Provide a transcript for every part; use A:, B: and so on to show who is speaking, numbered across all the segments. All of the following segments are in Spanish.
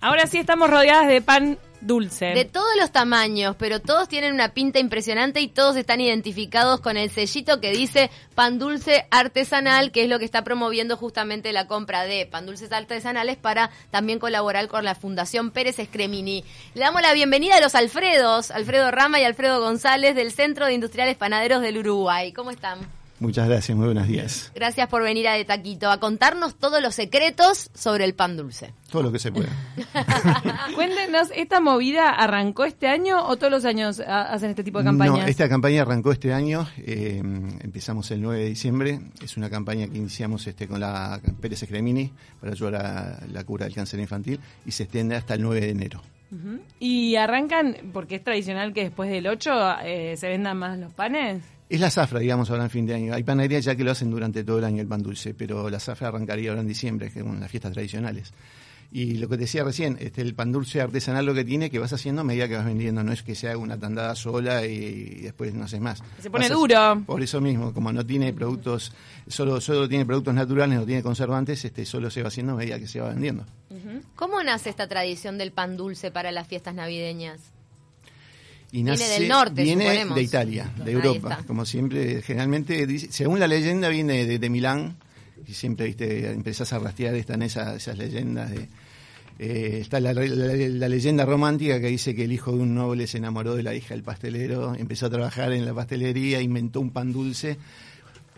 A: Ahora sí estamos rodeadas de pan dulce.
B: De todos los tamaños, pero todos tienen una pinta impresionante y todos están identificados con el sellito que dice pan dulce artesanal, que es lo que está promoviendo justamente la compra de pan dulces artesanales para también colaborar con la Fundación Pérez Escremini. Le damos la bienvenida a los Alfredos, Alfredo Rama y Alfredo González del Centro de Industriales Panaderos del Uruguay. ¿Cómo están?
C: Muchas gracias, muy buenos días.
B: Gracias por venir a De Taquito a contarnos todos los secretos sobre el pan dulce.
C: Todo lo que se pueda.
A: Cuéntenos, ¿esta movida arrancó este año o todos los años ha- hacen este tipo de campañas?
C: No, esta campaña arrancó este año, eh, empezamos el 9 de diciembre, es una campaña que iniciamos este, con la Pérez Escremini para ayudar a la cura del cáncer infantil y se extiende hasta el 9 de enero.
A: Ujú. ¿Y arrancan, porque es tradicional que después del 8 eh, se vendan más los panes?
C: Es la zafra, digamos, ahora en fin de año. Hay panaderías ya que lo hacen durante todo el año el pan dulce, pero la zafra arrancaría ahora en diciembre, que es una de las fiestas tradicionales. Y lo que te decía recién, este, el pan dulce artesanal lo que tiene que vas haciendo a medida que vas vendiendo, no es que se haga una tandada sola y, y después no haces más.
A: Se pone
C: Vas a-
A: duro.
C: Por eso mismo, como no tiene productos, solo, solo tiene productos naturales, no tiene conservantes, este, solo se va haciendo a medida que se va vendiendo.
B: ¿Cómo nace esta tradición del pan dulce para las fiestas navideñas?
C: Y
B: Viene del norte,
C: viene
B: suponemos.
C: de Italia, de
B: Ahí
C: Europa,
B: está.
C: como siempre, generalmente, dice- según la leyenda viene de, de Milán, y siempre viste, empezás a rastrear, están esas, esas leyendas de... eh, está la, la- la leyenda romántica que dice que el hijo de un noble se enamoró de la hija del pastelero, empezó a trabajar en la pastelería, inventó un pan dulce,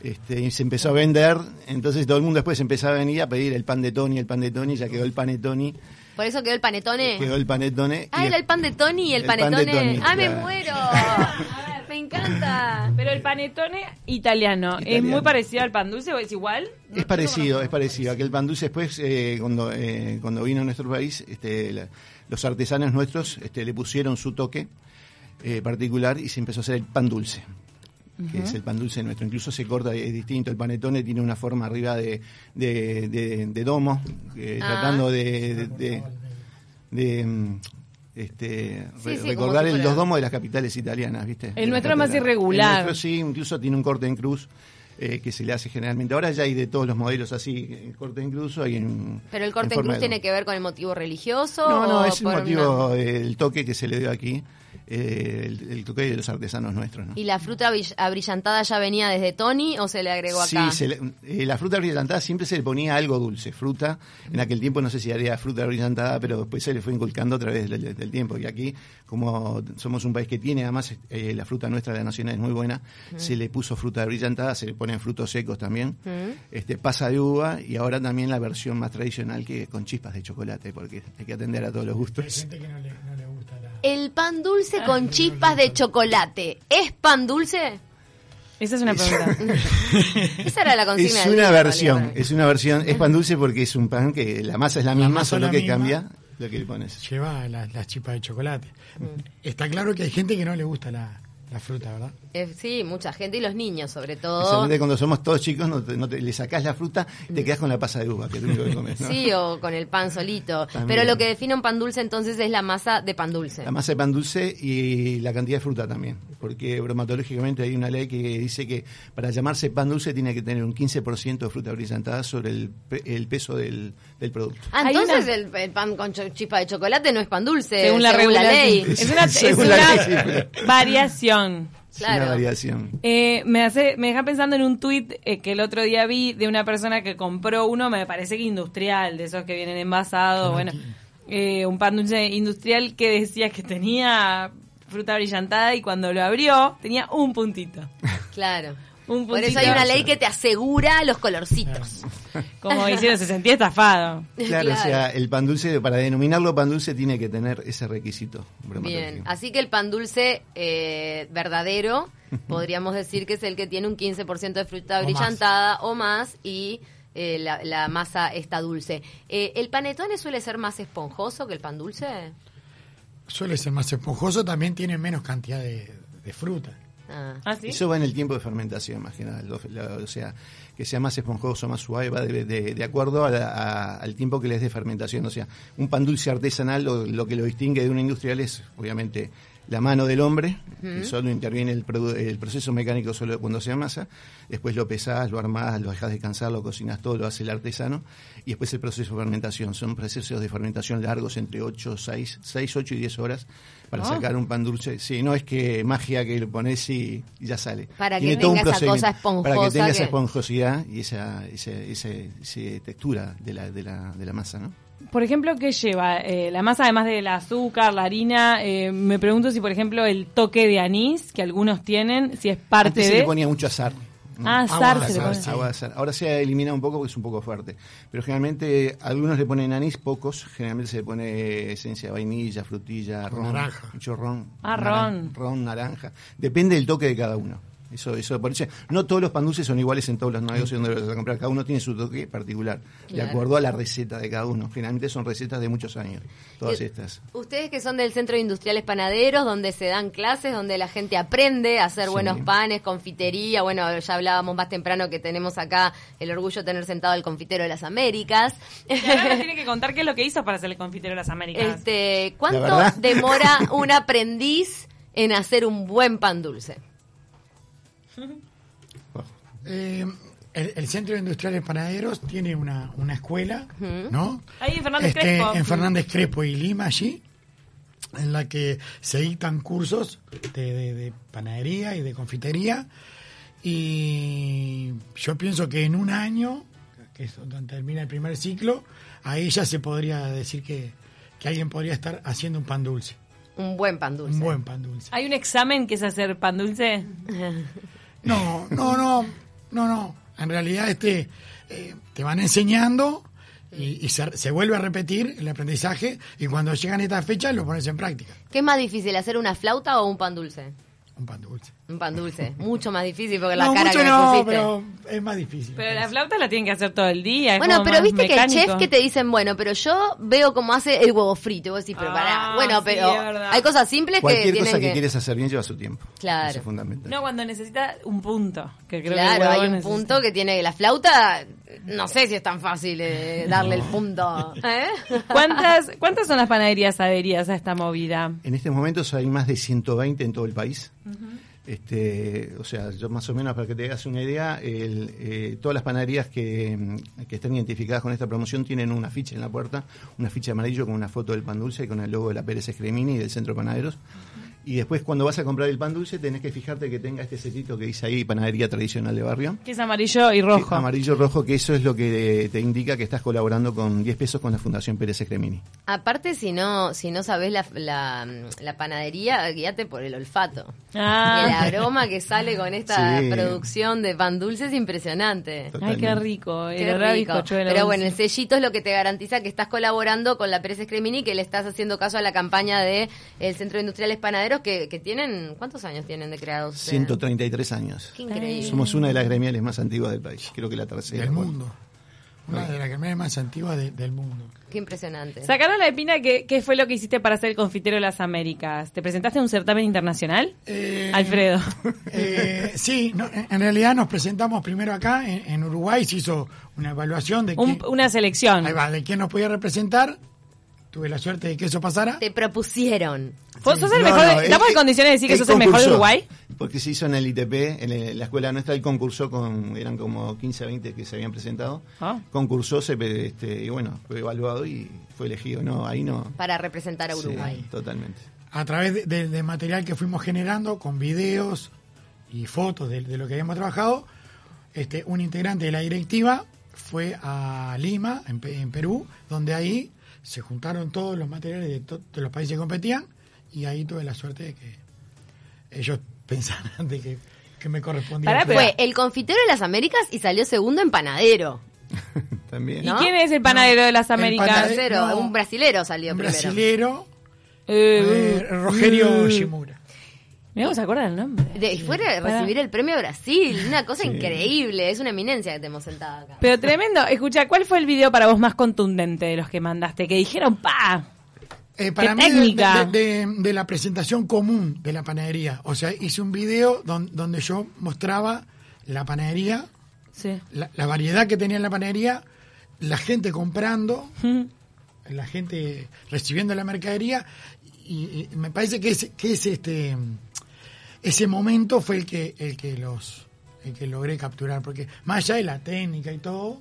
C: este, y se empezó a vender, entonces todo el mundo después empezaba a venir a pedir el pan de Tony, el pan de Tony, ya quedó el panetoni,
B: ¿Por eso quedó el panetone?
C: quedó el panetone.
B: Ah,
C: y
B: era el pan de Tony y el,
C: el pan de
B: panetone.
C: Tony,
B: ah, me
C: claro.
B: muero. A ver, me encanta.
A: Pero el panetone italiano, ¿es
C: Italiano.
A: muy parecido al pan dulce o es igual?
C: Es parecido, es parecido. Aquel pan dulce después, eh, cuando, eh, cuando vino a nuestro país, este, la- los artesanos nuestros este, le pusieron su toque eh, particular y se empezó a hacer el pan dulce, que es el pan dulce nuestro. Incluso se corta, es distinto. El panetone tiene una forma arriba de, de, de- de domo, eh,
B: Ah.
C: tratando de... de- de- de, mm, este,
B: Sí,
C: re-
B: sí, como
C: recordar
B: si
C: el-
B: fuera-
C: los domos de las capitales italianas, ¿viste?
A: El
C: De
A: nuestro
C: las
A: es más
C: catedrales.
A: irregular.
C: El nuestro sí, incluso tiene un corte en cruz eh, que se le hace generalmente. Ahora ya hay de todos los modelos así, eh, corte en cruz. Hay en,
B: Pero el corte en cruz
C: forma de-
B: tiene que ver con el motivo religioso.
C: No,
B: o
C: no, es el
B: por
C: motivo,
B: una-
C: eh, el toque que se le dio aquí, eh, el, el toque de los artesanos nuestros. ¿no?
B: ¿Y la fruta abrill- abrillantada ya venía desde Tony o se le agregó
C: Sí,
B: acá?
C: se le- eh, la fruta brillantada siempre se le ponía algo dulce, fruta. En aquel tiempo no sé si haría fruta brillantada, pero después se le fue inculcando a través del, del tiempo. Y aquí, como somos un país que tiene además eh, la fruta nuestra, la nacional es muy buena, se le puso fruta brillantada, se le ponen frutos secos también,
B: ¿Mm?
C: este pasa de uva y ahora también la versión más tradicional que es con chispas de chocolate, porque hay que atender a todos los gustos.
D: gente que no le, no le gusta la...
B: El pan dulce con chispas de chocolate. ¿Es pan dulce?
A: Esa es una pregunta.
B: Esa era la consigna.
C: Es
B: del
C: una
B: día,
C: versión,
B: Valeria.
C: es una versión, es pan dulce porque es un pan que la masa es la misma,
D: masa es
C: solo
D: la
C: que
D: misma.
C: cambia lo que le pones.
D: Lleva la- las chispas de chocolate. Está claro que hay gente que no le gusta la, la fruta, ¿verdad?
B: Eh, sí, mucha gente y los niños sobre todo.
C: Especialmente cuando somos todos chicos, no te- no te- le sacás la fruta y te quedás con la pasa de uva, que es lo único que comes. ¿no?
B: Sí, o con el pan solito.
C: También.
B: Pero lo que define un pan dulce entonces es la masa de pan dulce.
C: La masa de pan dulce y la cantidad de fruta también, porque bromatológicamente hay una ley que dice que para llamarse pan dulce tiene que tener un 15% de fruta brillantada sobre el, pe- el peso del, del producto.
B: Ah,
A: Hay
B: entonces
A: una-
B: el, el pan con cho- chispa de chocolate no es pan dulce,
A: según la, regulación.
B: ley.
A: Es una, es
C: Según la
A: una
C: ley, sí, pero-
A: variación.
C: Es
B: Claro.
C: Una variación.
A: Eh, me hace, me deja pensando en un tuit eh, que el otro día vi de una persona que compró uno, me parece que industrial, de esos que vienen envasados, bueno, eh, un pan dulce industrial que decía que tenía fruta brillantada y cuando lo abrió tenía un puntito,
B: Claro.
A: Un
B: Por eso
A: puntito.
B: hay una ley que te asegura los colorcitos.
D: Ah,
A: como diciendo se sentía estafado.
C: Claro, o sea,
B: Claro.
C: el pan dulce, para denominarlo pan dulce, tiene que tener ese requisito bromatológico.
B: Bien, ¿Ah, así que el pan dulce eh, verdadero podríamos decir que es el que tiene un 15% de fruta
D: O más.
B: brillantada o más y eh, la, la masa está dulce. Eh, ¿El panetone suele ser más esponjoso que el pan dulce?
D: Suele ser más esponjoso, también tiene menos cantidad de, de fruta.
B: Ah.
A: ¿Ah, sí?
C: Eso va en el tiempo de fermentación, más que nada. Lo- la- o sea, que sea más esponjoso, más suave, va de, de- de acuerdo a la- a- al tiempo que le des de fermentación. O sea, un pan dulce artesanal, lo, lo que lo distingue de un industrial es, obviamente, la mano del hombre, que solo interviene el, produ- el proceso mecánico solo cuando se amasa, después lo pesás, lo armás, lo dejás descansar, lo cocinas todo, lo hace el artesano, y después el proceso de fermentación. Son procesos de fermentación largos entre 8, 6, 6 8 y 10 horas
B: Oh.
C: para sacar un pan dulce. Sí, no es que magia que lo pones y y ya sale.
B: Para que
C: Tiene todo un
B: tenga esa
C: procedimiento,
B: cosa esponjosa
C: Para que tenga
B: que-
C: esa esponjosidad y esa, ese- ese- ese textura de la, de la, de la masa, ¿no?
A: Por ejemplo, ¿qué lleva? Eh, la masa, además del azúcar, la harina, eh, me pregunto si, por ejemplo, el toque de anís, que algunos tienen, si es parte
C: Antes se
A: de...
C: le ponía mucho azar. ¿no?
A: Ah, azar
D: Agua,
A: se le
D: azar,
A: pone.
D: sí.
C: Agua de azar. Ahora se ha eliminado un poco porque es un poco fuerte. Pero generalmente algunos le ponen anís, pocos. Generalmente se le pone esencia de vainilla, frutilla, ron.
D: Naranja.
C: Mucho ron.
A: Ah,
C: naran-
A: ron.
C: Ron, naranja. Depende del toque de cada uno. Eso, eso, por eso, no todos los pan dulces son iguales en todos los negocios donde los vas a comprar. Cada uno tiene su toque particular,
B: Claro.
C: de acuerdo a la receta de cada uno. Generalmente son recetas de muchos años, todas
B: Y-
C: estas.
B: Ustedes que son del Centro de Industriales Panaderos, donde se dan clases, donde la gente aprende a hacer
C: Sí.
B: buenos panes, confitería. Bueno, ya hablábamos más temprano que tenemos acá el orgullo de tener sentado al confitero de las Américas.
A: Y ahora nos tiene que contar qué es lo que hizo para ser el confitero de las Américas.
B: Este,
C: La
B: ¿Cuánto
C: verdad.
B: demora un aprendiz en hacer un buen pan dulce?
D: Eh, el, el Centro de Industriales Panaderos tiene una, una escuela, ¿no?
A: Ahí en Fernández
D: Este,
A: Crespo.
D: En Fernández Crespo y Lima, allí, en la que se dictan cursos de, de- de panadería y de confitería. Y yo pienso que en un año, que es donde termina el primer ciclo, ahí ya se podría decir que, que alguien podría estar haciendo un pan dulce,
B: Un buen pan dulce.
D: un buen pan dulce.
A: ¿Hay un examen que es hacer pan dulce?
D: No, no, no, no, no. En realidad este, eh, te van enseñando y, y se, se vuelve a repetir el aprendizaje y cuando llegan estas fechas lo pones en práctica.
B: ¿Qué es más difícil, hacer una flauta o un pan dulce?
D: Un pan dulce.
B: Un pan dulce. Mucho más difícil porque la
D: no,
B: cara
D: mucho
B: que me
D: no,
B: pusiste.
D: pero es más difícil.
A: Pero
D: me
A: la
D: parece.
A: flauta la tienen que hacer todo el día. es
B: Bueno,
A: como
B: pero
A: más
B: viste que el
A: mecánico.
B: chef que te dicen, bueno, pero yo veo cómo hace el huevo frito. Y vos decís, pero
A: Ah,
B: pará. Bueno,
A: sí,
B: pero
A: es verdad.
B: hay cosas simples que
C: Cualquier
B: tienen
C: cosa que,
B: que...
C: quieres hacer bien lleva su tiempo.
B: Claro.
C: Eso es fundamental.
A: No, cuando necesita un punto. Que creo que el
B: claro,
A: huevo
B: hay un
A: necesita.
B: punto que tiene la flauta. No sé si es tan fácil eh, darle el punto. ¿eh?
A: ¿Cuántas, ¿Cuántas son las panaderías adheridas a esta movida?
C: En estos momentos hay más de 120 en todo el país. Este, o sea, yo más o menos para que te hagas una idea, el, eh, todas las panaderías que, mm, que están identificadas con esta promoción tienen una ficha en la puerta, una ficha amarillo con una foto del pan dulce, con el logo de la Pérez Escremini y del Centro Panaderos. Y después cuando vas a comprar el pan dulce tenés que fijarte que tenga este sellito que dice ahí panadería tradicional de barrio.
A: Que es amarillo y rojo.
C: Sí, Amarillo rojo, que eso es lo que te indica que estás colaborando con 10 pesos con la Fundación Pérez Escremini.
B: Aparte, si no, si no sabes la, la, la panadería, guíate por el olfato. El
A: Ah,
B: aroma que sale con esta
C: Sí.
B: producción de pan dulce es impresionante.
A: ay, qué
C: Totalmente.
A: rico. El
B: Qué
A: olor a
B: rico.
A: bizcochuelo
B: Pero bueno, el
A: dulce.
B: sellito es lo que te garantiza que estás colaborando con la Pérez Scremini, que le estás haciendo caso a la campaña de el Centro de Industriales Panaderos, que, que tienen, ¿cuántos años tienen de creados?
C: 133 años.
B: Qué increíble.
C: Somos una de las gremiales más antiguas del país, creo que la tercera.
D: Eh. Del
C: bueno.
D: mundo. Una de las gremiales más antiguas de- del mundo.
B: Qué impresionante.
A: Sacaron la espina, ¿qué, ¿qué fue lo que hiciste para ser el confitero de las Américas? ¿Te presentaste a un certamen internacional?
D: Eh,
A: Alfredo.
D: Eh, sí, no, en en realidad nos presentamos primero acá, en, en Uruguay se hizo una evaluación de,
A: Un-
D: quién,
A: una selección.
D: ahí va, de quién nos podía representar. Tuve la suerte de que eso pasara.
B: Te propusieron.
A: ¿Vos Pues sos el
C: No,
A: mejor?
C: no,
A: de-
D: eh,
A: ¿Estamos
C: él-
A: en condiciones de decir que
C: él
A: sos el mejor de
C: concursó,
A: Uruguay?
C: Porque se hizo en el ITP, en el- la escuela nuestra, él concursó con, eran como 15 20 que se habían presentado.
A: Ah.
C: Concursó, se, pe- este, y bueno, fue evaluado y fue elegido. No, ahí no.
B: Para representar a
C: Sí,
B: Uruguay.
C: totalmente.
D: a través de- de- del material que fuimos generando con videos y fotos de, de lo que habíamos trabajado, este, un integrante de la directiva fue a Lima, en, Pe- en Perú, donde ahí se juntaron todos los materiales de, to- de los países que competían y ahí tuve la suerte de que ellos pensaran de que, que me correspondía.
A: Pará,
D: el premio.
B: Fue el confitero de las Américas y salió segundo en panadero.
C: También.
A: ¿Y
B: ¿No?
A: quién es el panadero de las
D: El
A: Américas?
D: panadero-
B: Tercero,
D: no.
B: un brasilero salió
D: un
B: primero.
D: brasilero,
A: Eh,
D: eh, Rogerio
A: eh,
D: Shimura.
A: Mirá cómo se acuerda el nombre.
B: De, fue a recibir el premio Brasil, una cosa increíble, es una eminencia que tenemos sentada acá.
A: Pero tremendo. Escucha, ¿cuál fue el video para vos más contundente de los que mandaste? Que dijeron, ¡pa!
D: Eh, para
A: ¿Qué
D: mí, de-
A: técnica?
D: De, de- de la presentación común de la panadería. O sea, hice un video don- donde yo mostraba la panadería,
A: Sí.
D: la, la variedad que tenía en la panadería, la gente comprando, la gente recibiendo la mercadería y, y me parece que es, que es este ese momento fue el que el que los el que logré capturar porque más allá de la técnica y todo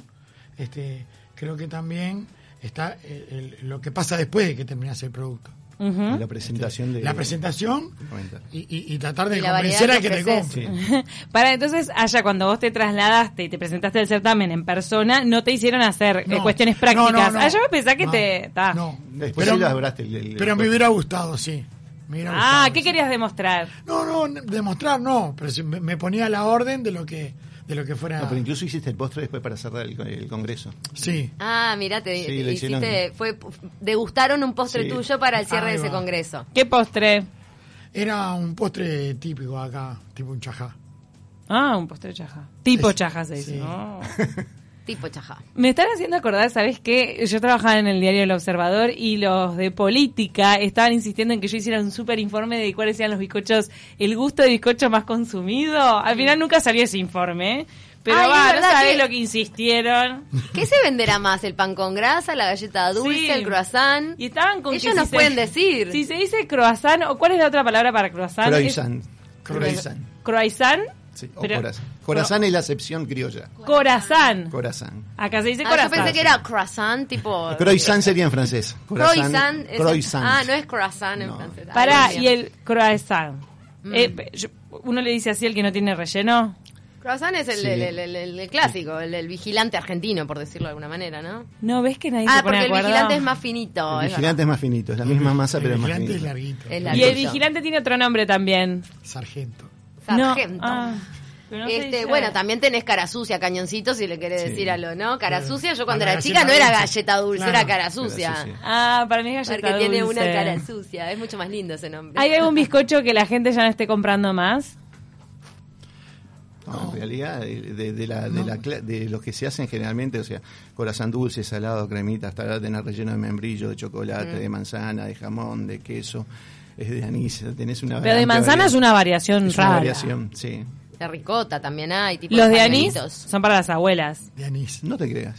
D: este creo que también está eh, el- el- lo que pasa después de que terminas el producto
A: Ujú.
C: La presentación de.
D: la presentación
C: Comentar.
D: y, y- y tratar de
B: Y la
D: convencer
B: variedad
D: a
B: que
D: que te
B: ofreces.
D: compre
C: Sí.
A: Para entonces, allá cuando vos te trasladaste y te presentaste al certamen en persona, no te hicieron hacer eh,
D: No.
A: cuestiones
D: No,
A: prácticas. Ah,
D: no, no.
A: Allá me pensé que
D: No,
A: te... ta.
D: no.
C: Después
D: Pero-
C: sí labraste el- el-
D: pero me hubiera gustado sí me hubiera
A: Ah,
D: gustado,
A: ¿qué
D: sí.
A: querías demostrar?
D: no no n- demostrar no pero sí me, me ponía a la orden de lo que de lo que fuera
C: No, pero incluso hiciste el postre después para cerrar el, el congreso.
D: sí
B: Ah, mirá, te,
C: Sí,
B: te
C: lo hicieron.
B: hiciste, fue, degustaron un postre
C: Sí.
B: tuyo para el cierre
D: Ahí
B: de ese
D: va.
B: congreso.
A: ¿Qué postre?
D: Era un postre típico acá, tipo un chajá.
A: Ah, un postre de chaja. Tipo
D: Es-
A: chaja se dice. Oh.
D: sí.
A: ¿no?
B: Tipo chajá.
A: Me están haciendo acordar, ¿sabes qué? Yo trabajaba en el diario El Observador y los de política estaban insistiendo en que yo hiciera un súper informe de cuáles eran los bizcochos, el gusto de bizcocho más consumido. Al final nunca salió ese informe, ¿eh? pero
B: Ay, es
A: va, no
B: verdad
A: sabés
B: que-
A: lo que insistieron.
B: ¿Qué se venderá más? ¿El pan con grasa, la galleta dulce,
A: Sí.
B: el croissant? Ah,
A: Y estaban con
B: Ellos
A: que
B: nos
A: se-
B: pueden decir.
A: Si se dice croissant, o cuál es la otra palabra para croissant.
C: Croissant.
D: Croissant.
A: Es- Croissant.
C: Sí, o
A: pero-
C: corazán. Corazán es la acepción criolla.
A: Corazán.
C: Corazán.
A: Acá se dice
B: Ah, yo
A: corazán.
B: pensé que era croissant, tipo...
C: Croissant sería en francés. Corazán-
B: Ah, Croissant. es-
C: croissant.
B: Ah, no es croissant en
C: No.
B: francés. Ah, Ay,
A: Pará,
B: Dios
A: y
B: mío.
A: el croissant.
B: Mm.
A: Eh, pe- yo- uno le dice así el que no tiene relleno.
B: Croissant es el,
C: Sí.
B: el- el- el- el clásico, el, el vigilante argentino, por decirlo de alguna manera, ¿no?
A: No, ves que nadie
B: Ah,
A: se pone
B: porque
A: de
B: el
A: acuerdo?
B: vigilante es más finito.
C: El
B: es
C: vigilante es más finito, es la misma masa,
D: El
C: pero es más
D: vigilante es
C: finito.
D: larguito.
B: Es
A: Y el
B: Larguito.
A: vigilante tiene otro nombre también.
D: Sargento.
B: verdad.
A: No,
B: Sargento.
A: ah, pero no se
B: Este,
A: dice.
B: bueno, también tenés cara sucia, cañoncito, si le querés decir a lo, ¿no? Cara
D: Claro.
B: sucia, yo
D: A
B: cuando
D: la
B: era
D: galleta
B: chica no era
D: dulce.
B: galleta dulce,
D: Claro.
B: era cara
C: Pero
B: sucia.
C: sí, sí.
A: Ah, para mí es
B: Porque
A: galleta
B: tiene
A: dulce.
B: una cara sucia, es mucho más lindo ese nombre.
A: ¿Hay algún bizcocho que la gente ya no esté comprando más?
C: No, En realidad, de, de- de la- de la cla- de los que se hacen generalmente, o sea, corazón dulce, salado, cremita, hasta ahora tenés relleno de membrillo, de chocolate, de manzana, de jamón, de queso, es de anís, tenés una
A: Pero de
C: variante
A: manzana
C: variada.
A: es una variación
C: Es una
A: rara.
C: variación, sí.
B: De ricota también hay, tipo
A: Los de anís
B: palitos.
A: son para las abuelas.
D: De anís.
C: No te creas.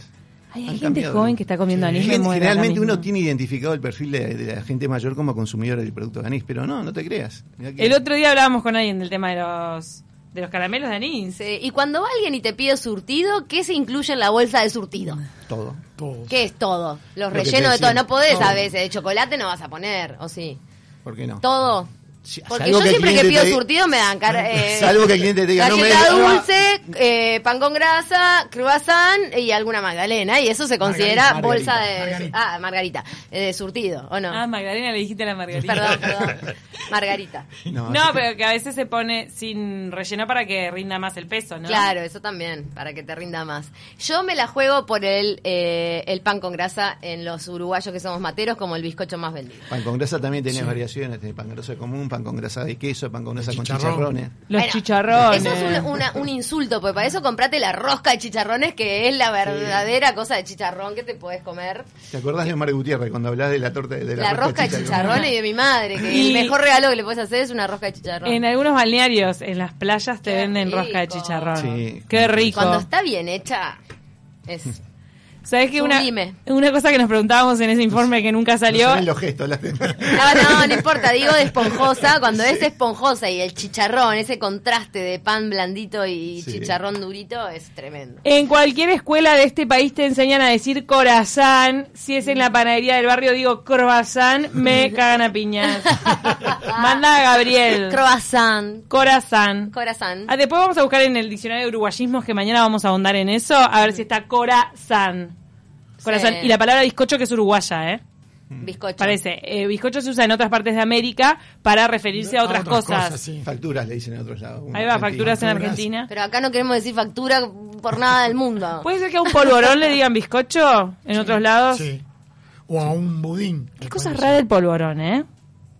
A: Ay, hay
C: Han
A: gente
C: cambiado.
A: joven que está comiendo anís. me
C: Gen-
A: muero ahora
C: Generalmente
A: mismo.
C: uno tiene identificado el perfil de, de la gente mayor como consumidor del producto de anís, pero no, no te creas. Mirá que-
A: El otro día hablábamos con alguien del tema de los de los caramelos de anís.
B: Sí, Y cuando va alguien y te pide surtido, ¿qué se incluye en la bolsa de surtido?
C: Todo.
D: Todo.
B: ¿Qué es todo? Los
C: Lo que te
B: rellenos de
C: decía.
B: todo. No podés
C: Todo.
B: a veces, de chocolate no vas a poner, ¿o sí?
C: ¿Por qué no?
B: Todo.
C: Si-
B: Porque yo
C: salvo que el
B: siempre que
C: cliente
B: pido
C: te diga-
B: surtido me dan cara. eh,
C: Salvo que el cliente te diga, no me
B: galleta
C: des-
B: dulce, eh, pan con grasa, croissant y alguna magdalena. Y eso se considera
D: Margarita,
B: bolsa de.
D: margarita.
B: Ah, margarita. eh, de surtido, ¿o no?
A: Ah, Magdalena, le dijiste a la Margarita.
B: perdón, perdón. Margarita.
C: No,
A: No,
C: así que-
A: pero que a veces se pone sin relleno para que rinda más el peso, ¿no?
B: Claro, eso también, para que te rinda más. Yo me la juego por el, eh, el pan con grasa en los uruguayos que somos materos como el bizcocho más vendido.
C: Pan con grasa también tenés variaciones, tenés pan con grasa común, pan con grasa de queso, pan con grasa con
D: Chicharrón.
C: chicharrones.
A: Los
B: Bueno,
A: chicharrones.
B: Eso es un, una- un insulto, porque para eso comprate la rosca de chicharrones, que es la verdadera cosa de chicharrón que te puedes comer.
C: ¿Te acordás de Omar Gutiérrez cuando hablás de la torta de, de
B: La, rosca de chicharrones y de mi madre, que
A: Y-
B: el mejor regalo que le puedes hacer es una rosca de chicharrón.
A: En algunos balnearios, en las playas te
B: Qué
A: venden
B: rico.
A: rosca de chicharrón.
C: Sí.
A: Qué rico.
B: Cuando está bien hecha, es...
A: ¿Sabes que una,
B: Sublime.
A: una cosa que nos preguntábamos en ese informe que nunca
C: Salió.
A: salió?
C: los gestos. las-
B: No, no, no importa, digo de esponjosa, cuando es esponjosa y el chicharrón, ese contraste de pan blandito y
C: Sí.
B: chicharrón durito es tremendo.
A: En cualquier escuela de este país te enseñan a decir corazán. Si es en la panadería del barrio, digo croissant, me cagan a piñas. Manda a Gabriel.
B: Croissant,
A: Corazán.
B: corazón.
A: Ah, después vamos a buscar en el diccionario de uruguayismos que mañana vamos a ahondar en eso, a ver si está corazán. Corazán.
B: Sí.
A: Y la palabra bizcocho que es uruguaya, ¿eh?
B: Bizcocho.
A: Parece. Eh, bizcocho se usa en otras partes de América para referirse a otras, cosas.
D: sí.
C: facturas le dicen en otros lados.
A: Ahí va, facturas en
D: Facturas.
A: Argentina.
B: Pero acá no queremos decir factura por nada del mundo.
A: ¿Puede ser que a un polvorón le digan bizcocho en otros lados?
D: Sí. O a un budín.
A: Qué
D: me
A: cosa
D: parece.
A: rara el polvorón, ¿eh?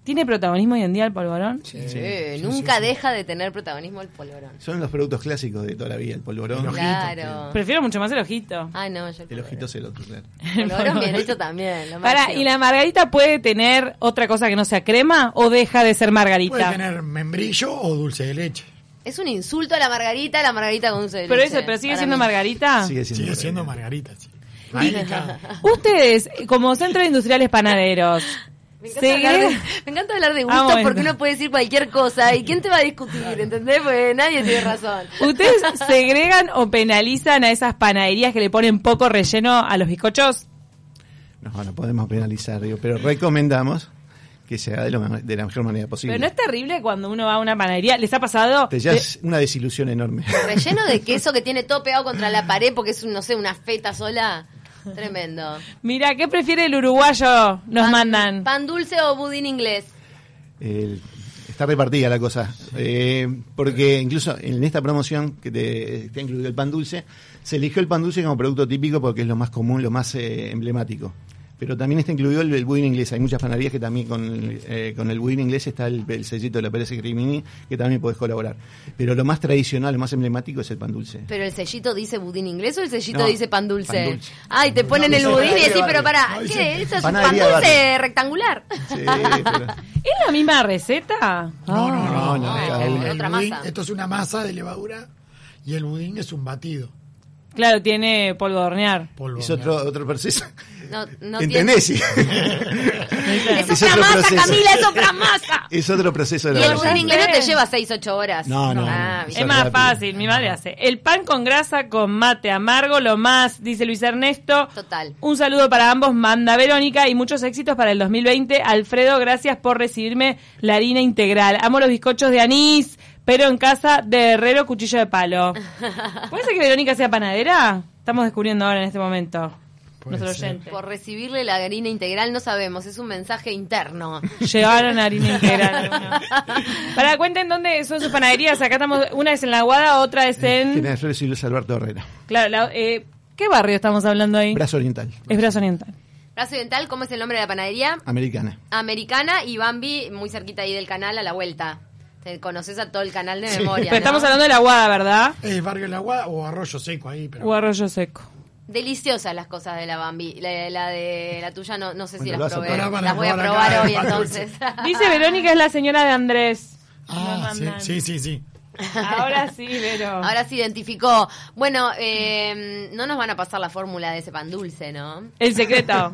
A: ¿Tiene protagonismo hoy en día el polvorón?
B: Sí, eh, nunca deja de tener protagonismo el polvorón.
C: Son los productos clásicos de toda la vida, el polvorón,
B: Claro.
A: Prefiero mucho más el ojito.
B: Ay, no, yo
C: el ojito se lo claro.
B: El polvorón bien hecho también. lo
A: Para,
B: máximo.
A: ¿y la margarita puede tener otra cosa que no sea crema o deja de ser margarita?
D: Puede tener membrillo o dulce de leche.
B: Es un insulto a la margarita, la margarita con dulce de
A: Pero
B: leche,
A: eso, pero sigue
B: para
A: siendo
B: mí.
A: margarita.
C: Sigue siendo.
D: Sigue siendo margarita, sí. Ahí le cabe.
A: Ustedes, como centros industriales panaderos,
B: Me encanta, hablar de, me encanta hablar de gusto
A: Ah, bueno.
B: porque uno puede decir cualquier cosa. ¿Y quién te va a discutir? ¿Entendés? Pues nadie tiene razón.
A: ¿Ustedes segregan o penalizan a esas panaderías que le ponen poco relleno a los bizcochos?
C: No, no podemos penalizar, digo, pero recomendamos que se haga de, lo ma- de la mejor manera posible.
A: Pero no es terrible cuando uno va a una panadería. ¿Les ha pasado?
C: Te llevas una desilusión enorme.
B: Relleno de queso que tiene todo pegado contra la pared porque es, un, no sé, una feta sola. Tremendo.
A: Mira, Eh, ¿qué prefiere el uruguayo? Nos
B: Pan-
A: mandan.
B: Pan dulce o budín inglés.
C: El- está repartida la cosa. Eh, porque incluso en esta promoción que te, está incluido el pan dulce, se eligió el pan dulce como producto típico porque es lo más común, lo más eh, emblemático. Pero también está incluido el, el budín inglés. Hay muchas panaderías que también con, el- eh, con el budín inglés está el, el sellito de la Pérez Grimini, que también podés colaborar. Pero lo más tradicional, lo más emblemático es el pan dulce.
B: ¿Pero el sellito dice budín inglés o el sellito
C: No,
B: dice pan dulce?
C: pan dulce.
B: Ay, te ponen
D: No,
B: el
D: no,
B: budín y
D: panadería
B: decís,
D: de
B: pero
D: barrio.
B: pará,
D: No,
B: ¿qué?
D: dicen-
B: ¿Eso es un pan
C: Panadería de
B: dulce rectangular?
C: Sí, pero-
A: ¿Es la misma receta?
D: No,
A: Ah.
D: no, no.
C: No, no,
D: El-
C: cada
D: el
C: uno.
B: Otra
D: budín-
B: masa.
D: Esto es una masa de levadura y el budín es un batido.
A: Claro, tiene polvo de hornear.
D: Polvo.
C: es otro, otro proceso.
B: No, no
C: ¿Entendés?
B: tiene-
C: es
B: Es otra
C: otro
B: masa,
C: proceso.
B: Camila, es otra masa.
C: Es otro proceso de
B: Y
C: la
B: el
C: versión.
B: budín inglés no te lleva 6, 8 horas.
C: No, no,
B: Ah,
C: no.
B: bien.
A: Es más
C: rápido.
A: fácil, mi madre hace. El pan con grasa con mate amargo, lo más, dice Luis Ernesto.
B: Total.
A: Un saludo para ambos, manda Verónica y muchos éxitos para el 2020. Alfredo, gracias por recibirme la harina integral. Amo los bizcochos de anís, pero en casa de herrero cuchillo de palo. ¿Puede ser que Verónica sea panadera? Estamos descubriendo ahora en este momento.
D: Puede
A: nuestro
D: ser.
A: oyente.
B: Por recibirle la harina integral no sabemos, es un mensaje interno.
A: Llevaron harina integral. alguna. Para cuenten dónde son sus panaderías. Acá estamos, una es en La Guada, otra es en...
C: General Flores y Luis Alberto Herrera.
A: Claro, la- eh, ¿qué barrio estamos hablando ahí?
C: Brazo Oriental,
A: Es Brazo Oriental.
B: Brazo Oriental, ¿cómo es el nombre de la panadería?
C: americana.
B: Americana y Bambi, muy cerquita ahí del canal, a la vuelta. Te conoces a todo el canal de memoria.
A: Pero
B: ¿no?
A: estamos hablando de la guada, ¿verdad?
D: Es barrio La Guada o arroyo seco ahí. Pero...
A: O arroyo seco.
B: Deliciosas las cosas de la Bambi. La, la de la tuya no, no sé si
C: Bueno,
B: las
C: lo vas a
B: probé.
D: probar.
B: Las voy a
D: Ahora van a
B: probar
D: probar
B: hoy
D: acá el pan
B: entonces.
A: Dice Verónica es la señora de Andrés.
D: Ah,
A: Nos
D: sí,
A: mandan.
D: sí, sí, sí.
A: Ahora sí, Vero.
B: Ahora se identificó. Bueno, eh, no nos van a pasar la fórmula de ese pan dulce, ¿no?
A: El secreto.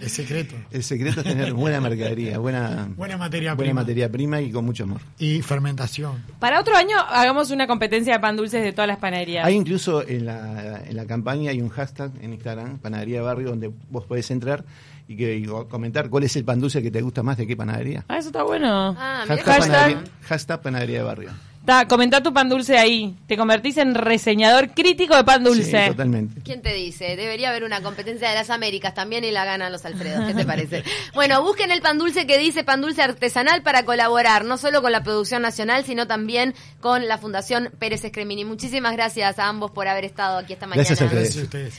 D: Es secreto.
C: El secreto es tener buena mercadería, buena,
D: Buena materia
C: buena
D: prima.
C: materia prima y con mucho amor.
D: Y fermentación.
A: Para otro año hagamos una competencia de pan dulces de todas las panaderías.
C: Hay incluso en la, en la campaña hay un hashtag en Instagram, Panadería Barrio, donde vos podés entrar y, que, y comentar cuál es el pan dulce que te gusta más de qué panadería.
A: Ah, eso está bueno.
B: Ah, mirá
C: hashtag,
A: qué
C: panadería,
B: bueno.
C: hashtag Panadería Barrio.
A: Está, comentá tu pan dulce ahí. Te convertís en reseñador crítico de pan dulce.
C: Sí, totalmente.
B: ¿Quién te dice? Debería haber una competencia de las Américas también y la ganan los Alfredos. ¿Qué te parece? Bueno, busquen el pan dulce que dice pan dulce artesanal para colaborar, no solo con la producción nacional, sino también con la Fundación Pérez Escremini. Muchísimas gracias a ambos por haber estado aquí esta mañana.
C: Gracias a ustedes.
D: Gracias a ustedes.